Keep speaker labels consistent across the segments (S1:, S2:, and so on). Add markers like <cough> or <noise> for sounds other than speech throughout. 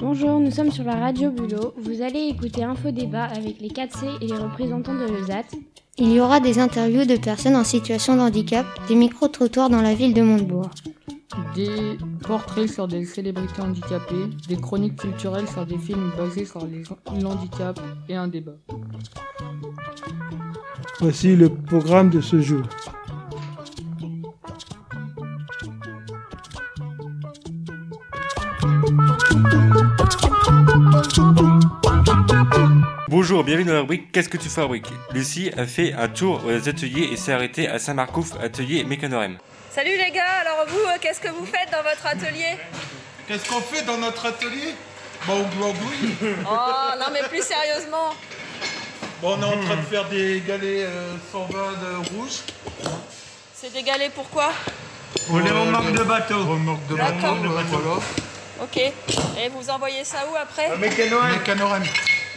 S1: Bonjour, nous sommes sur la radio Bulot. Vous allez écouter Info Débat avec les 4C et les représentants de l'ESAT.
S2: Il y aura des interviews de personnes en situation de handicap, des micro-trottoirs dans la ville de Montebourg.
S3: Des portraits sur des célébrités handicapées, des chroniques culturelles sur des films basés sur les- l'handicap et un débat.
S4: Voici le programme de ce jour.
S5: Bonjour, bienvenue dans la rubrique Qu'est-ce que tu fabriques Lucie a fait un tour aux ateliers et s'est arrêtée à Saint-Marcouf, atelier Mécanorem.
S6: Salut les gars, alors vous, euh, qu'est-ce que vous faites dans votre atelier
S7: Qu'est-ce qu'on fait dans notre atelier Bah on glambouille.
S6: Oh non mais plus sérieusement,
S7: Bon, Bah, on est en train de faire des galets euh, 120 de rouge.
S6: c'est dégalé pourquoi
S7: On est en marque de bateau. On manque de
S6: D'accord.
S7: bateau. Voilà.
S6: Ok, et vous envoyez ça où après
S7: Euh,
S8: Euh,
S7: Mécanorem.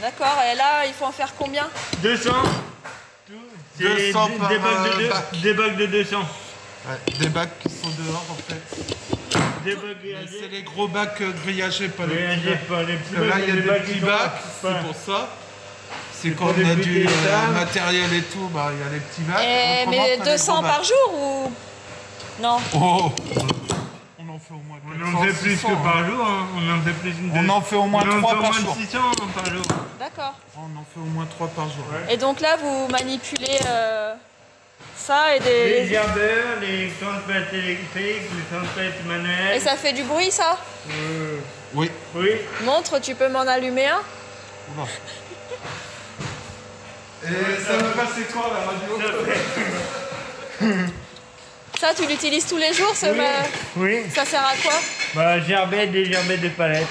S6: D'accord, et là il faut en faire combien
S8: 200 C'est
S7: 200
S8: des,
S7: par,
S8: des bacs
S7: euh,
S8: de deux-
S7: bac.
S8: des bacs de 200.
S7: Ouais, des bacs qui sont dehors en fait.
S8: Des bacs
S7: Mais C'est
S8: grillagés.
S7: les gros bacs euh, grillagés, pas les petits
S8: Grillagés,
S7: bacs.
S8: pas les petits
S7: Parce que là,
S8: bacs.
S7: il y a
S8: les
S7: des
S8: bacs
S7: petits
S8: qui sont
S7: bacs,
S8: pas-
S7: c'est pour ça. C'est quand
S8: pour
S7: on a
S8: débuter
S7: du
S8: les
S7: euh,
S8: tables.
S7: matériel et tout, bah, il y a les petits
S8: Hein
S7: bacs.
S6: Eh,
S7: autrement, t'as
S6: Mais
S7: les gros
S6: 200
S7: bacs.
S6: par jour ou Non
S7: Oh On en fait au moins
S8: On en fait
S7: 400,
S8: plus
S7: 600,
S8: que
S7: hein.
S8: par jour. hein. On en fait plus de...
S7: On en fait au moins
S8: on en fait
S7: 3
S8: au
S7: par
S8: moins
S7: jour. Oh,
S8: 600 par jour.
S6: D'accord.
S7: On en fait au moins 3 par jour.
S6: Et donc là vous manipulez euh, ça et
S8: Les
S6: des...
S8: gerbeurs, les transpettes électriques, les transpettes manuelles.
S6: Et ça fait du bruit ça
S8: Euh,
S7: Oui.
S8: oui.
S6: Montre, tu peux m'en allumer un
S7: Et ça va passer quoi la radio
S6: Ça tu l'utilises tous les jours ce ma-
S8: Oui.
S6: Ça sert à quoi
S8: Bah, gerber des gerbets de palettes.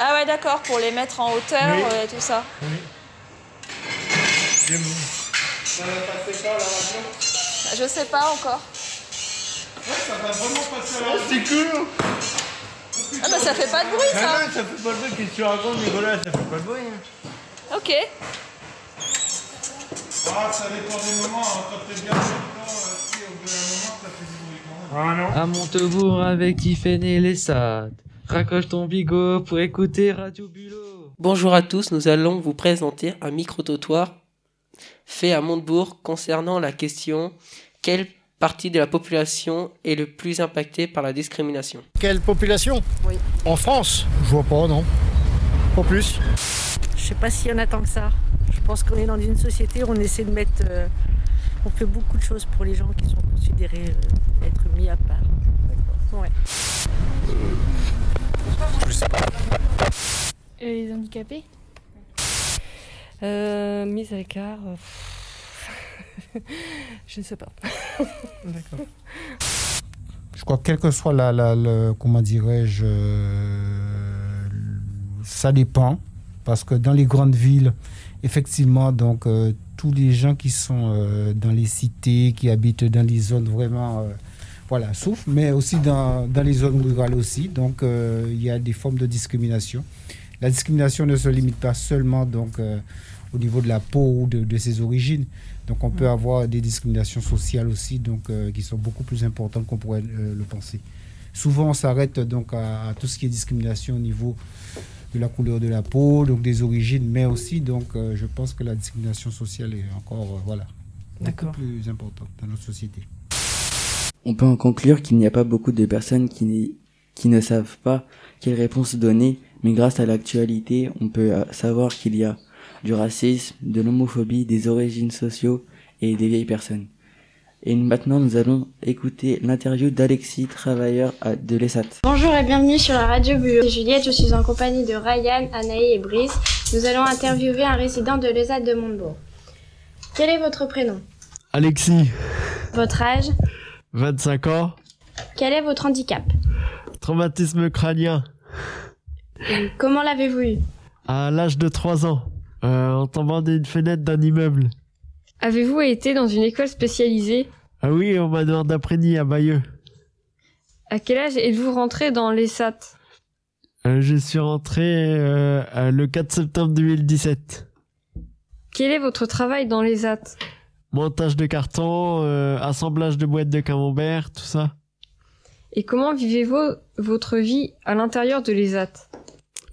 S6: Ah ouais d'accord, pour les mettre en hauteur
S8: Oui.
S6: euh, et tout ça.
S7: Ça va passer quoi la radio
S6: Bah, Je sais pas encore.
S7: Ouais, ça va vraiment passer à la radio. C'est cool
S6: Ah bah ça fait pas de bruit
S8: Ah
S6: ça
S8: non, ça fait pas de bruit. Qu'est-ce que tu racontes, Nicolas Ça fait pas de bruit. hein.
S6: Ok,
S7: Ah, ça dépend des moments, hein. quand t'es bien dedans, euh, si au bout d'un moment ça fait du bruit quand même.
S8: Ah non.
S9: À Montebourg avec Tiffen et les SAT. Raccroche ton bigot pour écouter Radio Bulot.
S10: Bonjour à tous, nous allons vous présenter un micro-trottoir fait à Montebourg concernant la question quelle partie de la population est le plus impactée par la discrimination
S11: Quelle population
S6: Oui.
S11: En France Je vois pas, non. Pas plus.
S12: Je sais pas s'il y en a tant que ça. Je pense qu'on est dans une société où on essaie de mettre. euh, on fait beaucoup de choses pour les gens qui sont considérés euh, être mis à part.
S7: euh.
S1: les handicapés
S12: mise Euh, à l'écart.
S1: <laughs>
S12: je ne sais
S13: <laughs>
S12: pas.
S11: Je crois que quelle que soit la, la- le- comment dirais-je, euh, ça dépend parce que dans les grandes villes, effectivement, donc euh, tous les gens qui sont euh, dans les cités, qui habitent dans les zones vraiment, euh, voilà, souffrent, mais aussi dans, dans les zones rurales aussi. Donc euh, il y a des formes de discrimination. La discrimination ne se limite pas seulement donc euh, au niveau de la peau ou de, de ses origines. Donc on peut avoir des discriminations sociales aussi, donc euh, qui sont beaucoup plus importantes qu'on pourrait euh, le penser. Souvent on s'arrête euh, donc à, à tout ce qui est discrimination au niveau de la couleur de la peau, donc des origines, mais aussi donc euh, je pense que la discrimination sociale est encore euh, voilà beaucoup
S12: D'accord.
S11: plus importante dans notre société.
S10: On peut en conclure qu'il n'y a pas beaucoup de personnes qui, n'y- qui ne savent pas quelle réponse donner, mais grâce à l'actualité, on peut euh, savoir qu'il y a du racisme, de l'homophobie, des origines sociaux et des vieilles personnes. Et maintenant, nous allons écouter l'interview d'Alexis, travailleur à- de l'ESAT.
S1: Bonjour et bienvenue sur la radio Bulot. C'est Juliette, je suis en compagnie de Ryan, Anaï et Brice. Nous allons interviewer un résident de l'ESAT de Montebourg. Quel est votre prénom
S9: Alexis,
S1: Votre âge
S9: 25 ans,
S1: Quel est votre handicap
S9: traumatisme crânien,
S1: Et Comment l'avez-vous eu
S9: à l'âge de 3 ans, euh, en tombant d'une fenêtre d'un immeuble.
S12: Avez-vous été dans une école spécialisée
S9: Ah oui, au manoir d'Aprigny à Bayeux.
S12: À quel âge êtes-vous rentré dans les SAT
S9: Euh, je suis rentré euh, euh, le 4 septembre 2017.
S12: Quel est votre travail dans les SAT
S9: montage de carton, euh, assemblage de boîtes de camembert, tout ça.
S14: Et comment vivez-vous votre vie à l'intérieur de l'ESAT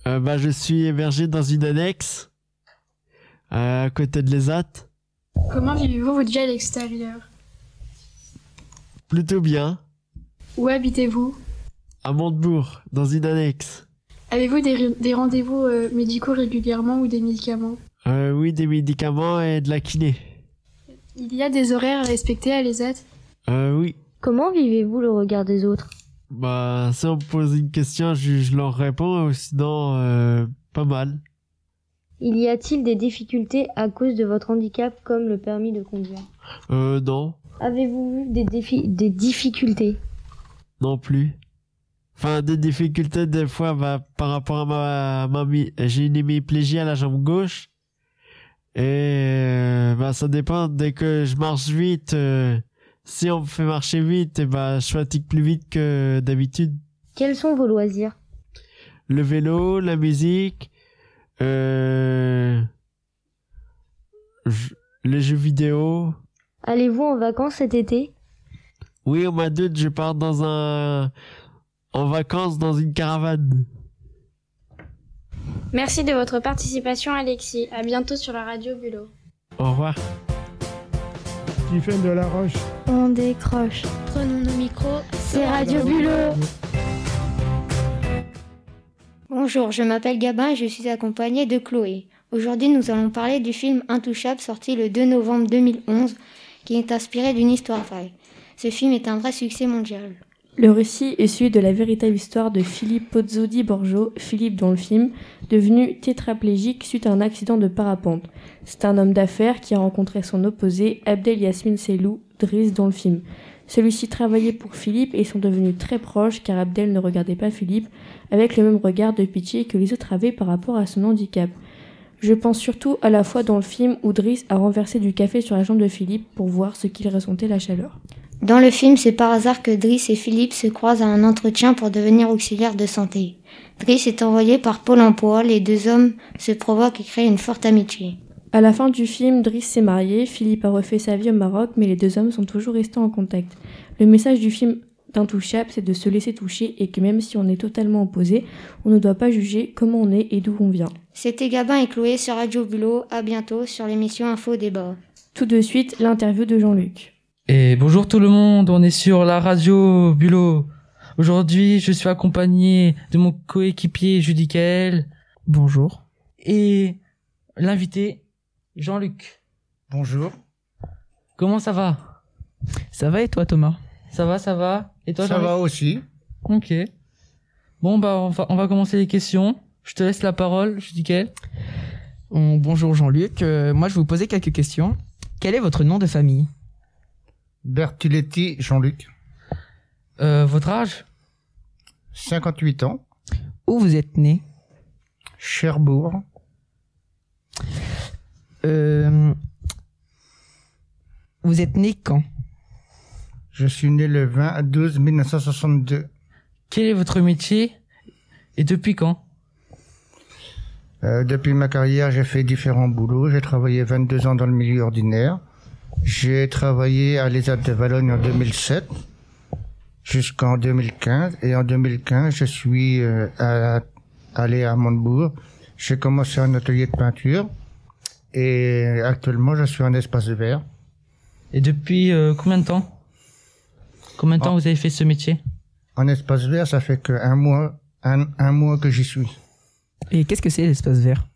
S9: Euh, bah, je suis hébergé dans une annexe euh, à côté de l'ESAT.
S15: Comment vivez-vous votre vie à l'extérieur
S9: Plutôt bien.
S15: Où habitez-vous
S9: À Montebourg, dans une annexe.
S15: Avez-vous des, des rendez-vous euh, médicaux régulièrement ou des médicaments
S9: Euh, oui, des médicaments et de la kiné.
S15: Il y a des horaires à respecter à l'ESAT
S9: Euh, oui.
S16: Comment vivez-vous le regard des autres
S9: Bah, si on me pose une question, je, je leur réponds, ou sinon, euh, pas mal.
S16: Il y a-t-il des difficultés à cause de votre handicap comme le permis de conduire
S9: Euh, non,
S16: Avez-vous eu des, défis- des difficultés
S9: non plus. Enfin, des difficultés, des fois, bah, par rapport à ma, à ma mi- j'ai une hémiplégie à la jambe gauche. Et, euh, bah, ça dépend, dès que je marche vite, euh, si on me fait marcher vite, et bah, je fatigue plus vite que d'habitude.
S16: Quels sont vos loisirs
S9: le vélo, la musique, euh, j- les jeux vidéo.
S16: Allez-vous en vacances cet été
S9: Oui, au mois d'août, je pars dans un, en vacances dans une caravane.
S1: Merci de votre participation, Alexis. À bientôt sur la radio Bulot.
S9: Au revoir.
S17: Stéphane de la Roche.
S2: On décroche.
S1: Prenons nos micros.
S2: C'est Radio Bulot. Bonjour, je m'appelle Gabin et je suis accompagnée de Chloé. Aujourd'hui, nous allons parler du film Intouchable sorti le 2 novembre 2011 qui est inspiré d'une histoire vraie. Ce film est un vrai succès mondial.
S18: Le récit est celui de la véritable histoire de Philippe Pozzodi Borgio, Philippe dans le film, devenu tétraplégique suite à un accident de parapente. C'est un homme d'affaires qui a rencontré son opposé, Abdel Yasmine Selou, Driss dans le film. Celui-ci travaillait pour Philippe et ils sont devenus très proches car Abdel ne regardait pas Philippe avec le même regard de pitié que les autres avaient par rapport à son handicap. Je pense surtout à la fois dans le film où Driss a renversé du café sur la jambe de Philippe pour voir ce qu'il ressentait la chaleur.
S2: Dans le film, c'est par hasard que Driss et Philippe se croisent à un entretien pour devenir auxiliaire de santé. Driss est envoyé par Pôle emploi, les deux hommes se provoquent et créent une forte amitié.
S18: À la fin du film, Driss s'est marié, Philippe a refait sa vie au Maroc, mais les deux hommes sont toujours restés en contact. Le message du film d'Intouchable, c'est de se laisser toucher et que même si on est totalement opposé, on ne doit pas juger comment on est et d'où on vient.
S2: C'était Gabin et Chloé sur Radio Bulot. À bientôt sur l'émission Info Débat.
S18: Tout de suite, l'interview de Jean-Luc.
S19: Et bonjour tout le monde, on est sur la radio Bulot. Aujourd'hui, je suis accompagné de mon coéquipier Judicael. Bonjour. Et l'invité Jean-Luc. Bonjour. Comment ça va Ça va et toi Thomas Ça va, ça va. Et toi
S13: Ça
S19: Jean-Luc
S13: va aussi.
S19: Ok. Bon bah on va, on va commencer les questions. Je te laisse la parole, Judicael.
S20: On- Oh, bonjour Jean-Luc, Euh, moi je vais vous poser quelques questions. Quel est votre nom de famille
S13: Bertuletti Jean-Luc.
S19: Euh, votre âge
S13: 58 ans.
S20: Où vous êtes né
S13: Cherbourg.
S20: Euh, Vous êtes né quand
S13: Je suis né le 20 12 1962.
S19: Quel est votre métier et depuis quand
S13: Euh, depuis ma carrière, j'ai fait différents boulots. J'ai travaillé 22 ans dans le milieu ordinaire. J'ai travaillé à l'ESAT de Valogne en 2007 jusqu'en 2015. Et en 2015, je suis euh, à- allé à Montebourg. J'ai commencé un atelier de peinture. Et actuellement, je suis en espace vert.
S19: Et depuis euh, combien de temps Combien de temps vous avez fait ce métier
S13: En espace vert, ça fait que un mois, un, un mois que j'y suis.
S20: Et qu'est-ce que c'est l'espace vert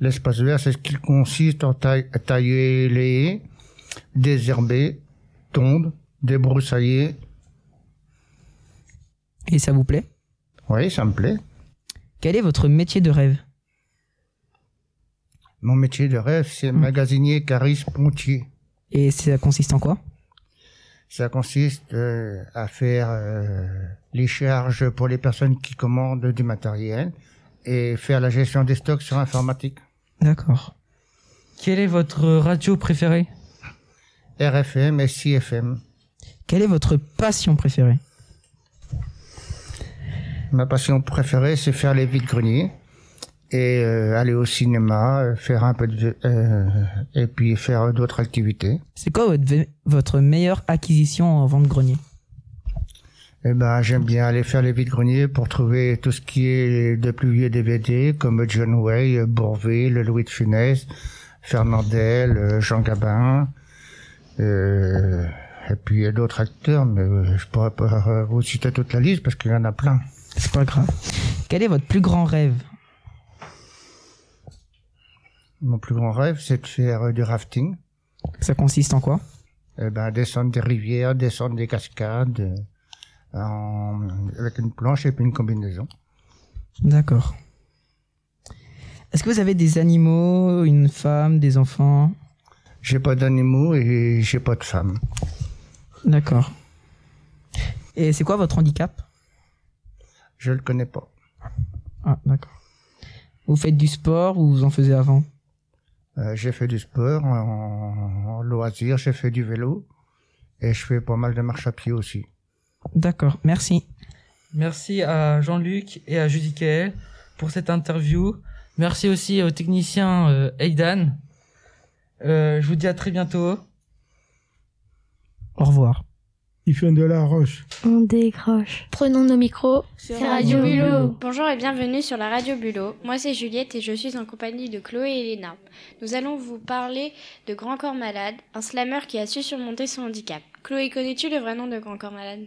S13: L'espace vert, c'est ce qui consiste en taille- à tailler les haies, désherber, tondre, débroussailler.
S20: Et ça vous plaît
S13: Oui, ça me plaît.
S20: Quel est votre métier de rêve
S13: Mon métier de rêve, c'est magasinier cariste pontier.
S20: Hmm. Et ça consiste en quoi
S13: Ça consiste euh, à faire euh, les charges pour les personnes qui commandent du matériel et faire la gestion des stocks sur informatique.
S19: D'accord. Quelle est votre radio préférée
S13: RFM et CFM.
S20: Quelle est votre passion préférée
S13: Ma passion préférée, c'est faire les vides greniers et euh, aller au cinéma, euh, faire un peu de, euh, et puis faire d'autres activités.
S20: C'est quoi votre, ve- votre meilleure acquisition en vente grenier
S13: Eh ben, j'aime bien aller faire les vides-greniers pour trouver tout ce qui est de plus vieux DVD, comme John Way, Bourville, Louis de Funès, Fernandel, euh, Jean Gabin, euh, et puis euh, d'autres acteurs, mais euh, je pourrais pas euh, vous citer toute la liste parce qu'il y en a plein.
S20: C'est pas grave. Quel est votre plus grand rêve
S13: Mon plus grand rêve, c'est de faire euh, du rafting.
S20: Ça consiste en quoi
S13: Eh ben, descendre des rivières, descendre des cascades, euh, en- avec une planche et puis une combinaison.
S20: D'accord. Est-ce que vous avez des animaux, une femme, des enfants
S13: J'ai pas d'animaux et j'ai pas de femme.
S20: D'accord. Et c'est quoi votre handicap
S13: Je le connais pas.
S20: Ah, d'accord. Vous faites du sport ou vous en faisiez avant
S13: Euh, j'ai fait du sport en, en loisir, j'ai fait du vélo et je fais pas mal de marche à pied aussi.
S20: D'accord, merci.
S19: Merci à Jean-Luc et à Judicaël pour cette interview. Merci aussi au technicien euh, Aidan. Euh, je vous dis à très bientôt.
S20: Au revoir.
S17: Ils font de la roche.
S1: On décroche.
S16: Prenons nos micros. C'est Radio Bulot.
S1: Bonjour et bienvenue sur la Radio Bulot. Moi c'est Juliette et je suis en compagnie de Chloé et Elena. Nous allons vous parler de Grand Corps Malade, un slammer qui a su surmonter son handicap. Chloé, connais-tu le vrai nom de Grand Corps Malade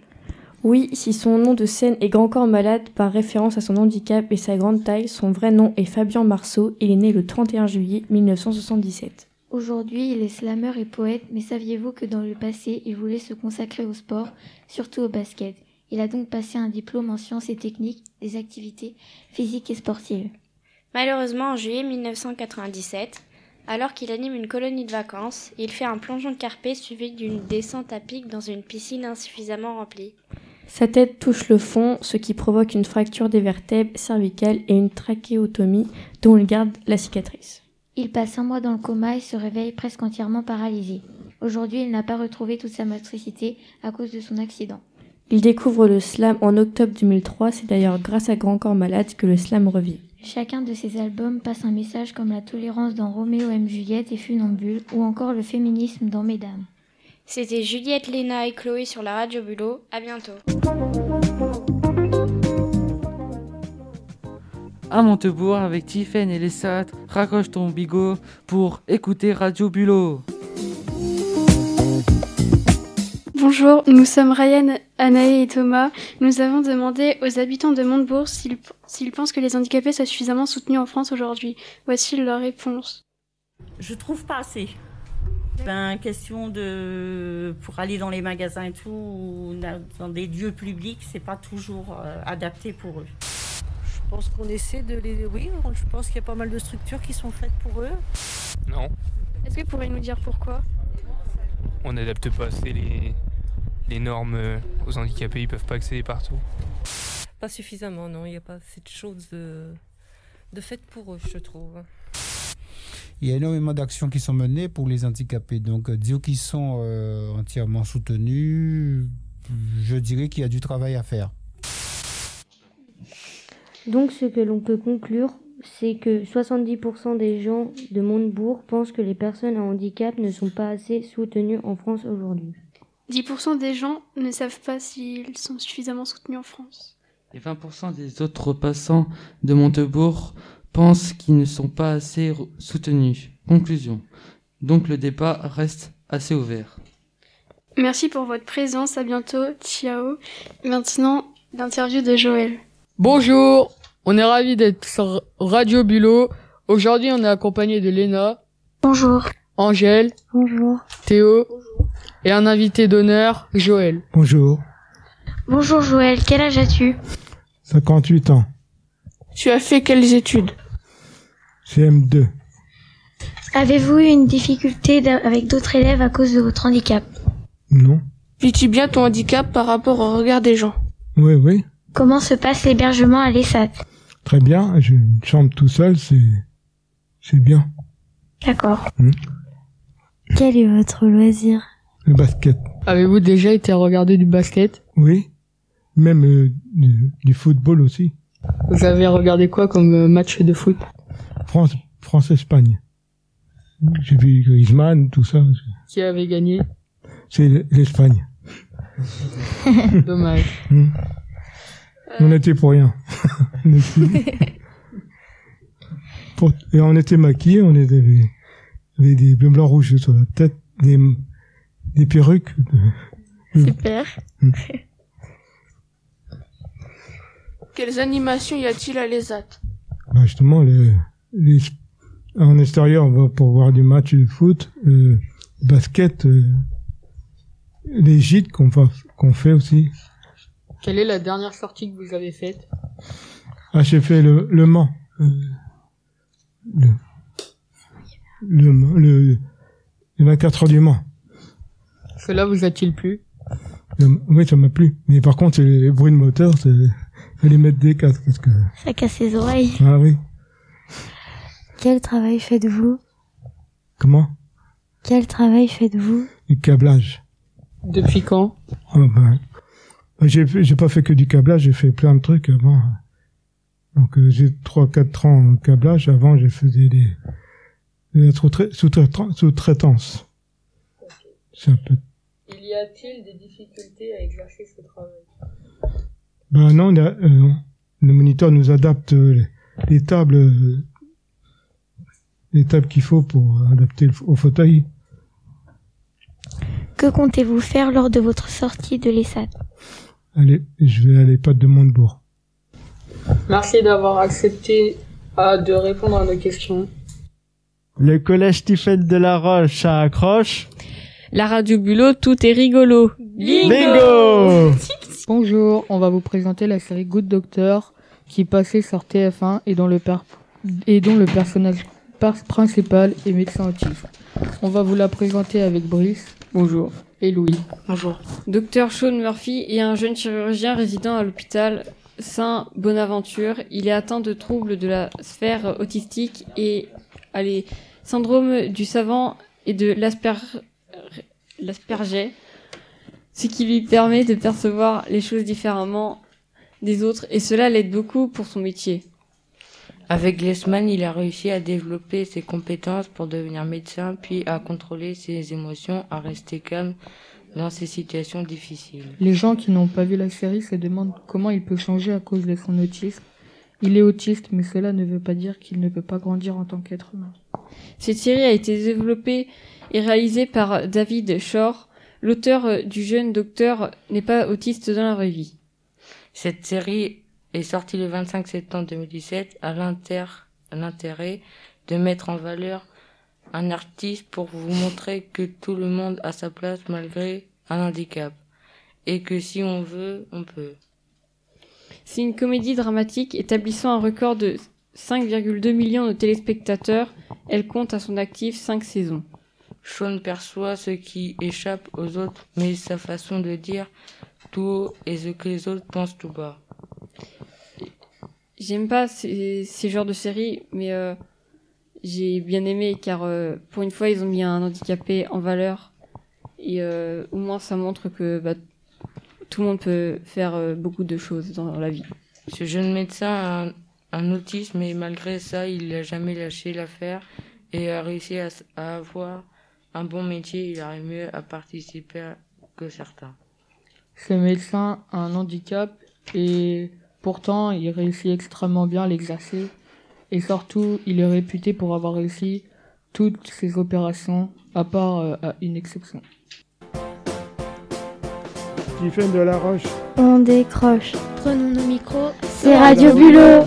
S18: Oui, si son nom de scène est Grand Corps Malade par référence à son handicap et sa grande taille, son vrai nom est Fabien Marceau. Il est né le 31 juillet 1977.
S16: Aujourd'hui, il est slameur et poète, mais saviez-vous que dans le passé, il voulait se consacrer au sport, surtout au basket. Il a donc passé un diplôme en sciences et techniques des activités physiques et sportives.
S1: Malheureusement, en juillet 1997, alors qu'il anime une colonie de vacances, il fait un plongeon carpé suivi d'une descente à pic dans une piscine insuffisamment remplie.
S18: Sa tête touche le fond, ce qui provoque une fracture des vertèbres cervicales et une trachéotomie dont il garde la cicatrice.
S16: Il passe un mois dans le coma et se réveille presque entièrement paralysé. Aujourd'hui, il n'a pas retrouvé toute sa motricité à cause de son accident.
S18: Il découvre le slam en octobre 2003, c'est d'ailleurs grâce à Grand Corps Malade que le slam revit.
S16: Chacun de ses albums passe un message comme la tolérance dans Roméo M. Juliette et Funambule ou encore le féminisme dans Mesdames.
S1: C'était Juliette, Léna et Chloé sur la Radio Bulot. À bientôt.
S19: À Montebourg avec Tiffen et les Sat, raccroche ton bigot pour écouter Radio Bulot.
S15: Bonjour, nous sommes Ryan, Anaé et Thomas. Nous avons demandé aux habitants de Montebourg s'ils s'ils pensent que les handicapés sont suffisamment soutenus en France aujourd'hui. Voici leur réponse.
S12: Je trouve pas assez. Ben, question de. pour aller dans les magasins et tout, ou na- dans des lieux publics, c'est pas toujours euh, adapté pour eux.
S21: Je pense qu'on essaie de les. Oui, je pense qu'il y a pas mal de structures qui sont faites pour eux.
S22: Non,
S15: Est-ce que vous pourriez nous dire pourquoi
S22: on n'adapte pas assez les, les normes euh, aux handicapés, ils peuvent pas accéder partout.
S23: Pas suffisamment, non. Il n'y a pas assez de choses de, de faites pour eux, je trouve.
S11: Il y a énormément d'actions qui sont menées pour les handicapés. Donc, euh, dire qu'ils sont euh, entièrement soutenus, je dirais qu'il y a du travail à faire.
S2: Donc ce que l'on peut conclure, c'est que 70% des gens de Montebourg pensent que les personnes à handicap ne sont pas assez soutenues en France aujourd'hui.
S15: 10% des gens ne savent pas s'ils sont suffisamment soutenus en France.
S24: Et 20% des autres passants de Montebourg pensent qu'ils ne sont pas assez re- soutenus. Conclusion. Donc le débat reste assez ouvert.
S15: Merci pour votre présence, à bientôt, ciao. Maintenant, l'interview de Joël.
S3: Bonjour, on est ravis d'être sur Radio Bulot. Aujourd'hui, on est accompagné de Léna. Bonjour. Angèle. Bonjour. Théo. Et un invité d'honneur, Joël.
S17: Bonjour.
S3: Bonjour Joël, quel âge as-tu
S17: 58 ans.
S3: Tu as fait quelles études
S17: CM2.
S2: Avez-vous eu une difficulté d'a- avec d'autres élèves à cause de votre handicap
S17: Non.
S3: Vis-tu bien ton handicap par rapport au regard des gens
S17: Oui, oui.
S2: Comment se passe l'hébergement à l'ESAT
S17: Très bien. J'ai une chambre tout seul, c'est, c'est bien.
S3: D'accord. Quel est votre loisir
S17: Le basket.
S3: Avez-vous déjà été regarder du basket
S17: Oui. Même euh, du, du football aussi.
S3: Vous avez regardé quoi comme euh, match de foot
S17: France, France-Espagne. J'ai vu Griezmann, tout ça.
S3: Qui avait gagné
S17: C'est l'Espagne.
S3: <laughs> Dommage.
S17: Hmm. On était pour rien. <laughs> On était- pour- Et on était maquillés, on était avait des bleus blancs rouges sur la tête, des, des perruques.
S15: Super.
S17: Hmm.
S25: Quelles animations y a-t-il à l'ESAT
S17: Bah, justement, les, les- en extérieur, on va pour voir du match de foot, euh, basket, euh, les gîtes qu'on fa- qu'on fait aussi.
S3: Quelle est la dernière sortie que vous avez faite
S17: Ah, j'ai fait le, le Mans. euh, le, le, Mans, le, les 24 heures du Mans.
S3: Cela vous a-t-il plu
S17: Le- oui, ça m'a plu. Mais par contre, les, les bruits de moteur, c'est- il fallait mettre des casques. Parce que...
S5: Ça casse les oreilles.
S17: Ah oui.
S5: Quel travail faites-vous
S17: Comment
S5: Quel travail faites-vous
S17: Du câblage.
S3: Depuis quand
S17: Ah ben, j'ai fait- j'ai pas fait que du câblage, j'ai fait plein de trucs avant. Donc euh, j'ai trois quatre ans en câblage. Avant, j'ai fait des, des, de la sous-trai- sous-traitan- sous-traitance. C'est un peu.
S3: Il y a-t-il des difficultés à exercer ce travail
S17: Ben non, il y a, euh, le moniteur nous adapte euh, les, les tables, euh, les tables qu'il faut pour adapter le fa- au fauteuil.
S5: Que comptez-vous faire lors de votre sortie de l'ESAT
S17: Allez, je vais aller pas de Montebourg.
S3: Merci d'avoir accepté euh, de répondre à nos questions.
S9: Le collège Stéphane de la Roche, ça accroche.
S7: La radio Bulot, tout est rigolo.
S9: Bingo
S3: Bonjour, on va vous présenter la série Good Doctor qui passait sur TF1 et dont le, per- et dont le personnage par- principal est médecin autiste. On va vous la présenter avec Brice. Bonjour. Et Louis. Bonjour.
S26: Docteur Sean Murphy est un jeune chirurgien résident à l'hôpital Saint-Bonaventure. Il est atteint de troubles de la sphère autistique et a les syndromes du savant et de l'asper- l'asperger, ce qui lui permet de percevoir les choses différemment des autres et cela l'aide beaucoup pour son métier.
S27: Avec Glessman, il a réussi à développer ses compétences pour devenir médecin, puis à contrôler ses émotions, à rester calme dans ces situations difficiles.
S3: Les gens qui n'ont pas vu la série se demandent comment il peut changer à cause de son autisme. Il est autiste, mais cela ne veut pas dire qu'il ne peut pas grandir en tant qu'être humain.
S26: Cette série a été développée et réalisée par David Shore. L'auteur euh, du jeune docteur n'est pas autiste dans la vraie vie.
S27: Cette série est sortie le 25 septembre 2017 à l'inter- à l'intérêt de mettre en valeur un artiste pour vous montrer que tout le monde a sa place malgré un handicap et que si on veut, on peut.
S26: C'est une comédie dramatique établissant un record de 5,2 millions de téléspectateurs. Elle compte à son actif 5 saisons.
S27: Sean perçoit ce qui échappe aux autres, mais sa façon de dire tout haut et ce que les autres pensent tout bas.
S26: J'aime pas ces, ces genres de séries, mais euh, j'ai bien aimé car euh, pour une fois ils ont mis un handicapé en valeur et euh, au moins ça montre que bah, tout le monde peut faire euh, beaucoup de choses dans la vie.
S27: Ce jeune médecin a un, un autisme et malgré ça, il n'a jamais lâché l'affaire et a réussi à, s- à avoir un bon métier. Il arrive mieux à participer à- que certains.
S3: Ce médecin a un handicap et pourtant il réussit extrêmement bien à l'exercer et surtout il est réputé pour avoir réussi toutes ses opérations à part euh, à une exception.
S17: Stéphane de la Roche.
S5: On décroche.
S2: Prenons nos micros.
S5: C'est Radio Bulot.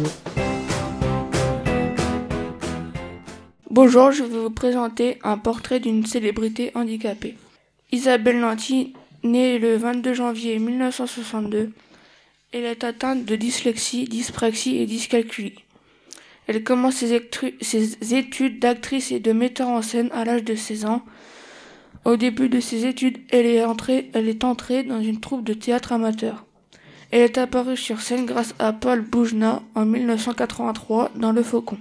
S25: Bonjour, je vais vous présenter un portrait d'une célébrité handicapée. Isabelle Nanty, née le 22 janvier 1962, elle est atteinte de dyslexie, dyspraxie et dyscalculie. Elle commence ses, actru- ses études d'actrice et de metteur en scène à l'âge de 16 ans. Au début de ses études, elle est, entrée, elle est entrée dans une troupe de théâtre amateur. Elle est apparue sur scène grâce à Paul Boujna en 1983 dans Le Faucon.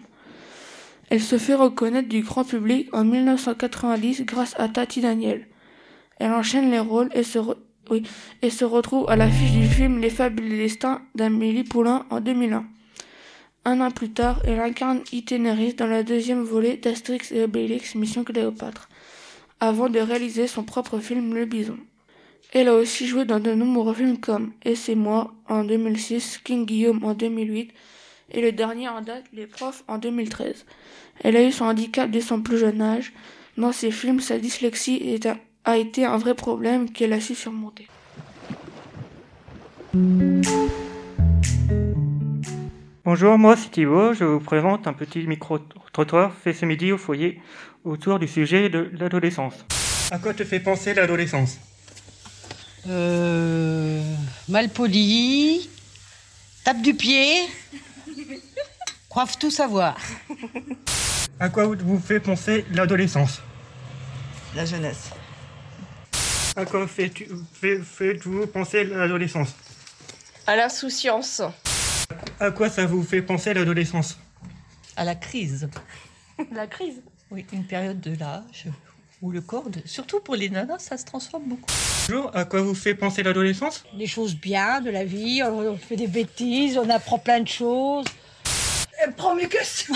S25: Elle se fait reconnaître du grand public en 1990 grâce à Tati Daniel. Elle enchaîne les rôles et se, re- oui, et se retrouve à l'affiche du film Les Fables et le Destin d'Amélie Poulain en 2001. Un an plus tard, elle incarne Itinéris dans le deuxième volet d'Astrix et Obélix Mission Cléopâtre, avant de réaliser son propre film Le Bison. Elle a aussi joué dans de nombreux films comme Et c'est moi en 2006, King Guillaume en 2008 et le dernier en date, Les Profs en 2013. Elle a eu son handicap dès son plus jeune âge. Dans ses films, sa dyslexie est un- a été un vrai problème qu'elle a su surmonter.
S8: Bonjour, moi c'est Thibaut, je vous présente un petit micro-trottoir fait ce midi au foyer autour du sujet de l'adolescence. À quoi te fait penser l'adolescence
S10: Euh, mal poli, tape du pied, croivent tout savoir.
S8: <laughs> À quoi vous fait penser l'adolescence
S14: La jeunesse.
S8: À quoi faites-vous penser l'adolescence
S14: À l'insouciance.
S8: À quoi ça vous fait penser l'adolescence
S14: À la crise. <laughs> la crise Oui, une période de l'âge où le corps, de- surtout pour les nanas, ça se transforme beaucoup.
S8: Bonjour, à quoi vous fait penser l'adolescence
S10: Des choses bien de la vie, on fait des bêtises, on apprend plein de choses. Elle prend mes questions.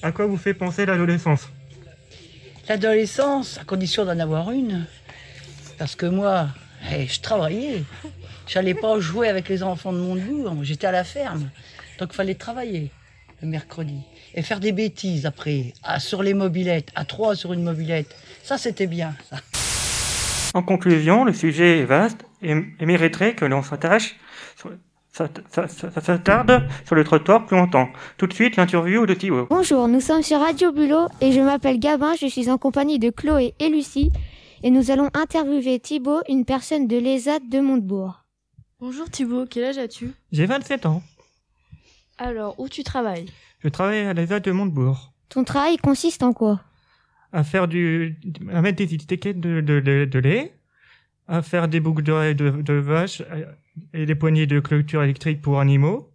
S8: À quoi vous fait penser l'adolescence
S13: L'adolescence, à condition d'en avoir une. Parce que moi, eh, je travaillais. J'allais pas jouer avec les enfants de mon bourg. J'étais à la ferme. Donc, fallait travailler le mercredi. Et faire des bêtises après, à- sur les mobilettes, à trois sur une mobilette. Ça, c'était bien. ça.
S8: En conclusion, le sujet est vaste et, et mériterait que l'on s'attache sur- s'att- s'att- s'att- s'attarde sur le trottoir plus longtemps. Tout de suite, l'interview de Thibaut.
S2: Bonjour, nous sommes sur Radio Bulot et je m'appelle Gabin, je suis en compagnie de Chloé et Lucie et nous allons interviewer Thibaut, une personne de l'ESAT de Montebourg.
S20: Bonjour Thibaut, quel âge as-tu
S8: J'ai 27 ans.
S20: Alors, où tu travailles
S8: Je travaille à l'ESA de Montebourg.
S2: Ton travail consiste en quoi
S8: À faire du, à mettre des étiquettes de, de, de- de lait, à faire des boucles d'oreilles de, de vache euh, et des poignées de clôture électrique pour animaux.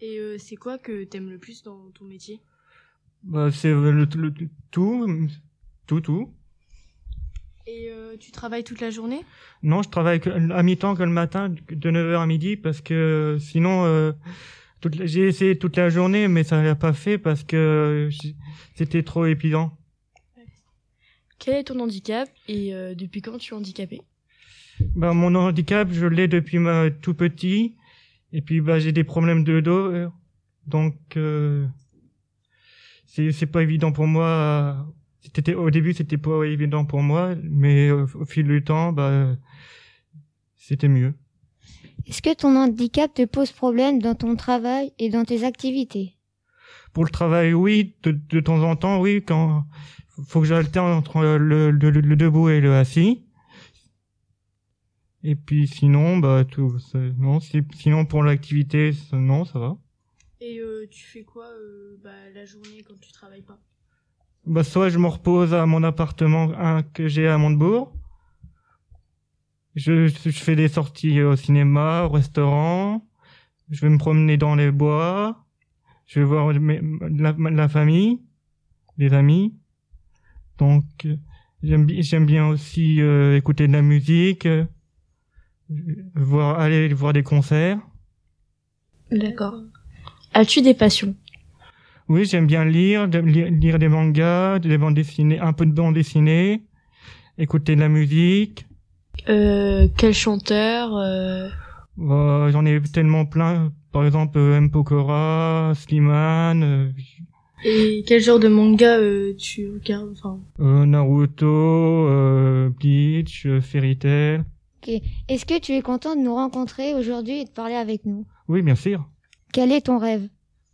S20: Et euh, c'est quoi que t'aimes le plus dans ton métier
S8: Bah, c'est euh, le, le- tout, tout, tout.
S20: Et euh, tu travailles toute la journée
S8: Non, je travaille que- à mi-temps que le matin, de 9h à midi, parce que sinon, euh, toute la- j'ai essayé toute la journée, mais ça l'a pas fait parce que j'- c'était trop épuisant.
S20: Quel est ton handicap et euh, depuis quand tu es handicapé
S8: Bah, mon handicap, je l'ai depuis ma, tout petit, et puis bah, j'ai des problèmes de dos, euh, donc euh, c'est c'est pas évident pour moi. euh, C'était au début, c'était pas évident pour moi, mais euh, au fil du temps, bah, c'était mieux.
S2: Est-ce que ton handicap te pose problème dans ton travail et dans tes activités
S8: Pour le travail, oui, de, de temps en temps, oui, quand faut que j'alterne entre le, le, le- le debout et le assis. Et puis sinon, bah tout, ça- non, si- sinon pour l'activité, ça- non, ça va.
S20: Et euh, tu fais quoi euh, bah, la journée quand tu travailles pas
S8: Bah soit je me repose à mon appartement hein, que j'ai à Montebourg. Je, je fais des sorties au cinéma, au restaurant. Je vais me promener dans les bois. Je vais voir mes- la, la famille, les amis. Donc euh, j'aime bi- j'aime bien aussi euh, écouter de la musique, euh, voir aller voir des concerts.
S20: D'accord. As-tu des passions
S8: Oui, j'aime bien lire, de- lire, lire des mangas, des bandes dessinées, un peu de bandes dessinées, écouter de la musique.
S20: euh, Quel chanteur euh,
S8: Euh, J'en ai tellement plein. Par exemple, euh, M. Pokora, Slimane, euh,
S20: Et quel genre de manga euh, tu regardes enfin,
S8: euh, Naruto, euh, Bleach, euh, Fairy Tail.
S2: Ok. Est-ce que tu es content de nous rencontrer aujourd'hui et de parler avec nous
S8: Oui, bien sûr.
S2: Quel est ton rêve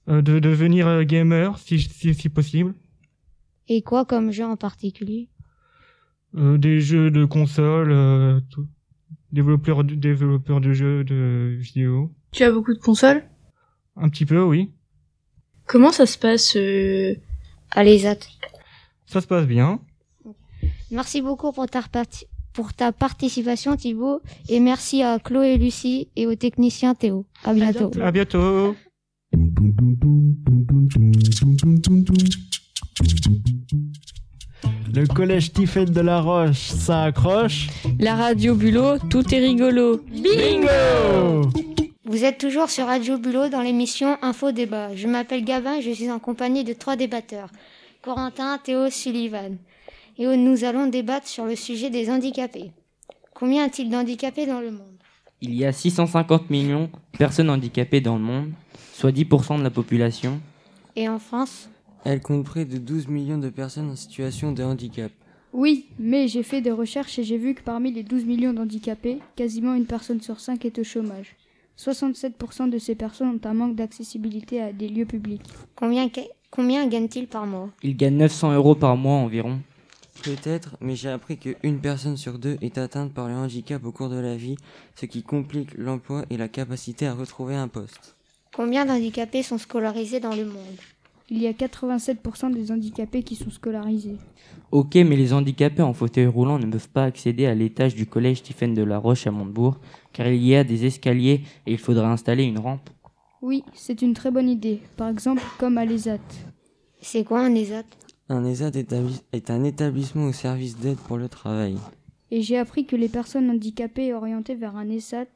S8: Euh, de devenir euh, gamer, si, si, si possible.
S2: Et quoi comme jeu en particulier
S8: Euh, des jeux de console, euh, tout- développeur, de, développeur de jeux de vidéo.
S20: Tu as beaucoup de consoles
S8: Un petit peu, oui.
S20: Comment ça se passe euh,
S2: à l'ESAT
S8: Ça se passe bien.
S2: Merci beaucoup pour ta, reparti- pour ta participation Thibaut et merci à Chloé et Lucie et au technicien Théo. À bientôt.
S8: À bientôt.
S9: Le collège Tiffaine de la Roche, ça accroche.
S7: La radio Bulot, tout est rigolo.
S9: Bingo
S2: Vous êtes toujours sur Radio Bulot dans l'émission Info Débat. Je m'appelle Gabin et je suis en compagnie de trois débatteurs. Corentin, Théo, Sullivan. Et où nous allons débattre sur le sujet des handicapés. Combien y a-t-il d'handicapés dans le monde
S23: Il y a 650 millions de personnes handicapées dans le monde, soit 10% de la population.
S2: Et en France
S23: Elle compte près de 12 millions de personnes en situation de handicap.
S28: Oui, mais j'ai fait des recherches et j'ai vu que parmi les 12 millions d'handicapés, quasiment une personne sur cinq est au chômage. 67% de ces personnes ont un manque d'accessibilité à des lieux publics.
S2: Combien, ca- combien gagnent-ils par mois
S23: Ils gagnent 900 euros par mois environ.
S29: Peut-être, mais j'ai appris qu'une personne sur deux est atteinte par le handicap au cours de la vie, ce qui complique l'emploi et la capacité à retrouver un poste.
S2: Combien d'handicapés sont scolarisés dans le monde
S28: Il y a 87% des handicapés qui sont scolarisés.
S23: Ok, mais les handicapés en fauteuil roulant ne peuvent pas accéder à l'étage du collège Stéphane de la Roche à Montebourg, car il y a des escaliers et il faudra installer une rampe.
S28: Oui, c'est une très bonne idée, par exemple comme à l'ESAT.
S2: C'est quoi un ESAT
S29: Un ESAT établi- est un établissement au service d'aide pour le travail.
S28: Et j'ai appris que les personnes handicapées et orientées vers un ESAT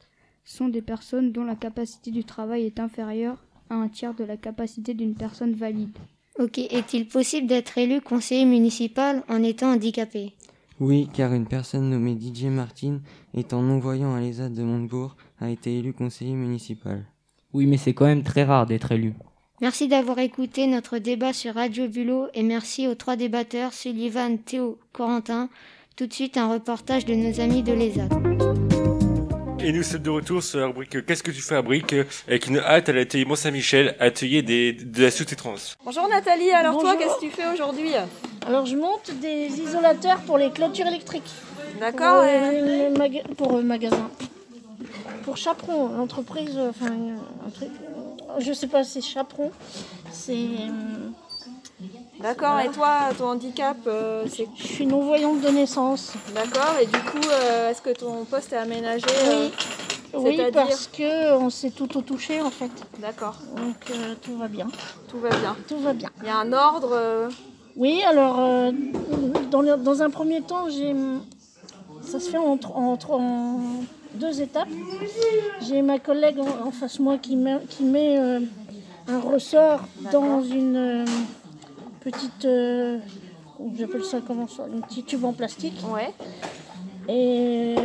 S28: sont des personnes dont la capacité du travail est inférieure à un tiers de la capacité d'une personne valide.
S2: Ok, est-il possible d'être élu conseiller municipal en étant handicapé
S29: Oui, car une personne nommée DJ Martin, étant non-voyant à l'ESAT de Montebourg, a été élue conseiller municipal.
S23: Oui, mais c'est quand même très rare d'être élu.
S2: Merci d'avoir écouté notre débat sur Radio Bulot et merci aux trois débatteurs Sullivan, Théo, Corentin. Tout de suite un reportage de nos amis de l'ESAT.
S5: Et nous sommes de retour sur la rubrique Qu'est-ce que tu fabriques avec une hâte à l'atelier Mont-Saint-Michel, atelier des, de la sous-traitance.
S6: Bonjour Nathalie, alors toi
S12: Bonjour.
S6: qu'est-ce que tu fais aujourd'hui
S12: Alors je monte des isolateurs pour les clôtures électriques.
S6: D'accord,
S12: Pour,
S6: et-
S12: euh, le maga- pour euh, magasin. Pour Chaperon, l'entreprise, euh, enfin euh, un truc. euh, Je sais pas, c'est Chaperon. C'est. euh,
S6: D'accord, et toi ton handicap euh, c'est...
S12: Je suis non-voyante de naissance.
S6: D'accord, et du coup euh, est-ce que ton poste est aménagé euh,
S12: Oui,
S6: c'est-à-dire-
S12: parce que on s'est tout touché en fait.
S6: D'accord.
S12: Donc euh, tout va bien.
S6: Tout va bien.
S12: Tout va bien.
S6: Il y a un ordre euh,
S12: Oui, alors, euh, dans, le- dans un premier temps, j'ai, ça se fait en, tro- en tro- en deux étapes. J'ai ma collègue en, en face de moi qui met, qui met euh, un ressort dans une euh, petite, euh, j'appelle ça comment ça, une petite tube en plastique.
S6: Ouais.
S12: Et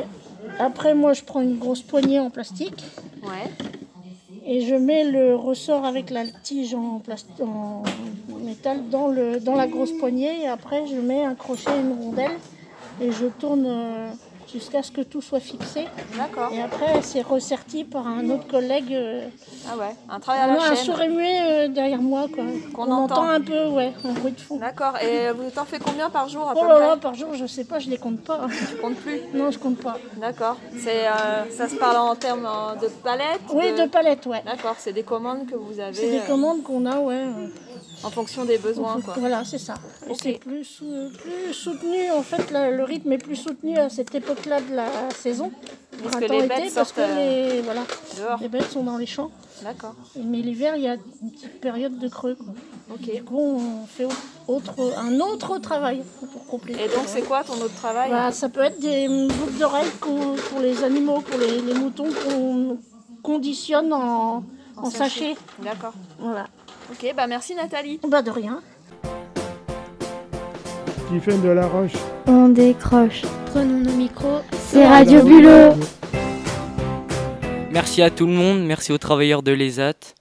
S12: après, moi, je prends une grosse poignée en plastique.
S6: Ouais.
S12: Et je mets le ressort avec la tige en, plast- en métal dans, le, dans la grosse poignée. Et après, je mets un crochet et une rondelle. Et je tourne euh, jusqu'à ce que tout soit fixé.
S6: D'accord.
S12: Et après, c'est ressorti par un autre collègue. euh,
S6: Ah ouais, un travail à la
S12: vraiment un
S6: chaîne.
S12: sourd émué euh, derrière moi. Quoi.
S6: Qu'on
S12: On
S6: entend.
S12: un peu, ouais, un bruit de fond.
S6: D'accord, et euh, vous t'en fais combien par jour à
S12: Oh
S6: peu
S12: là
S6: près
S12: là, par jour, je sais pas, je les compte pas.
S6: Tu comptes plus
S12: Non, je compte pas.
S6: D'accord. C'est, euh, ça se parle en termes euh, de palettes
S12: Oui, de palettes, ouais.
S6: D'accord, c'est des commandes que vous avez
S12: C'est des
S6: euh,
S12: commandes qu'on a, ouais. euh,
S6: en fonction des besoins. Quoi.
S12: Voilà, c'est ça. Et
S6: Ok.
S12: C'est plus, sou- plus soutenu, en fait, la- le rythme est plus soutenu à cette époque-là de la saison,
S6: Parce que les bêtes
S12: printemps-été, parce que
S6: sortent, euh,
S12: les, voilà, les bêtes sont dans les champs.
S6: D'accord.
S12: Mais l'hiver, il y a une petite période de creux. Quoi.
S6: Ok.
S12: Du coup, on fait au- autre, un autre travail pour compléter.
S6: Et donc, c'est quoi ton autre travail
S12: Bah, Ça peut être des mm, boucles d'oreilles qu'on- pour les animaux, pour les, les moutons qu'on conditionne en,
S6: En
S12: en sachet.
S6: D'accord.
S12: Voilà.
S6: Ok, bah merci Nathalie.
S12: Bah, de rien.
S17: Stéphane de la Roche.
S16: On décroche.
S2: Prenons nos micros.
S16: C'est Radio Bulot.
S30: Merci à tout le monde, merci aux travailleurs de l'ESAT,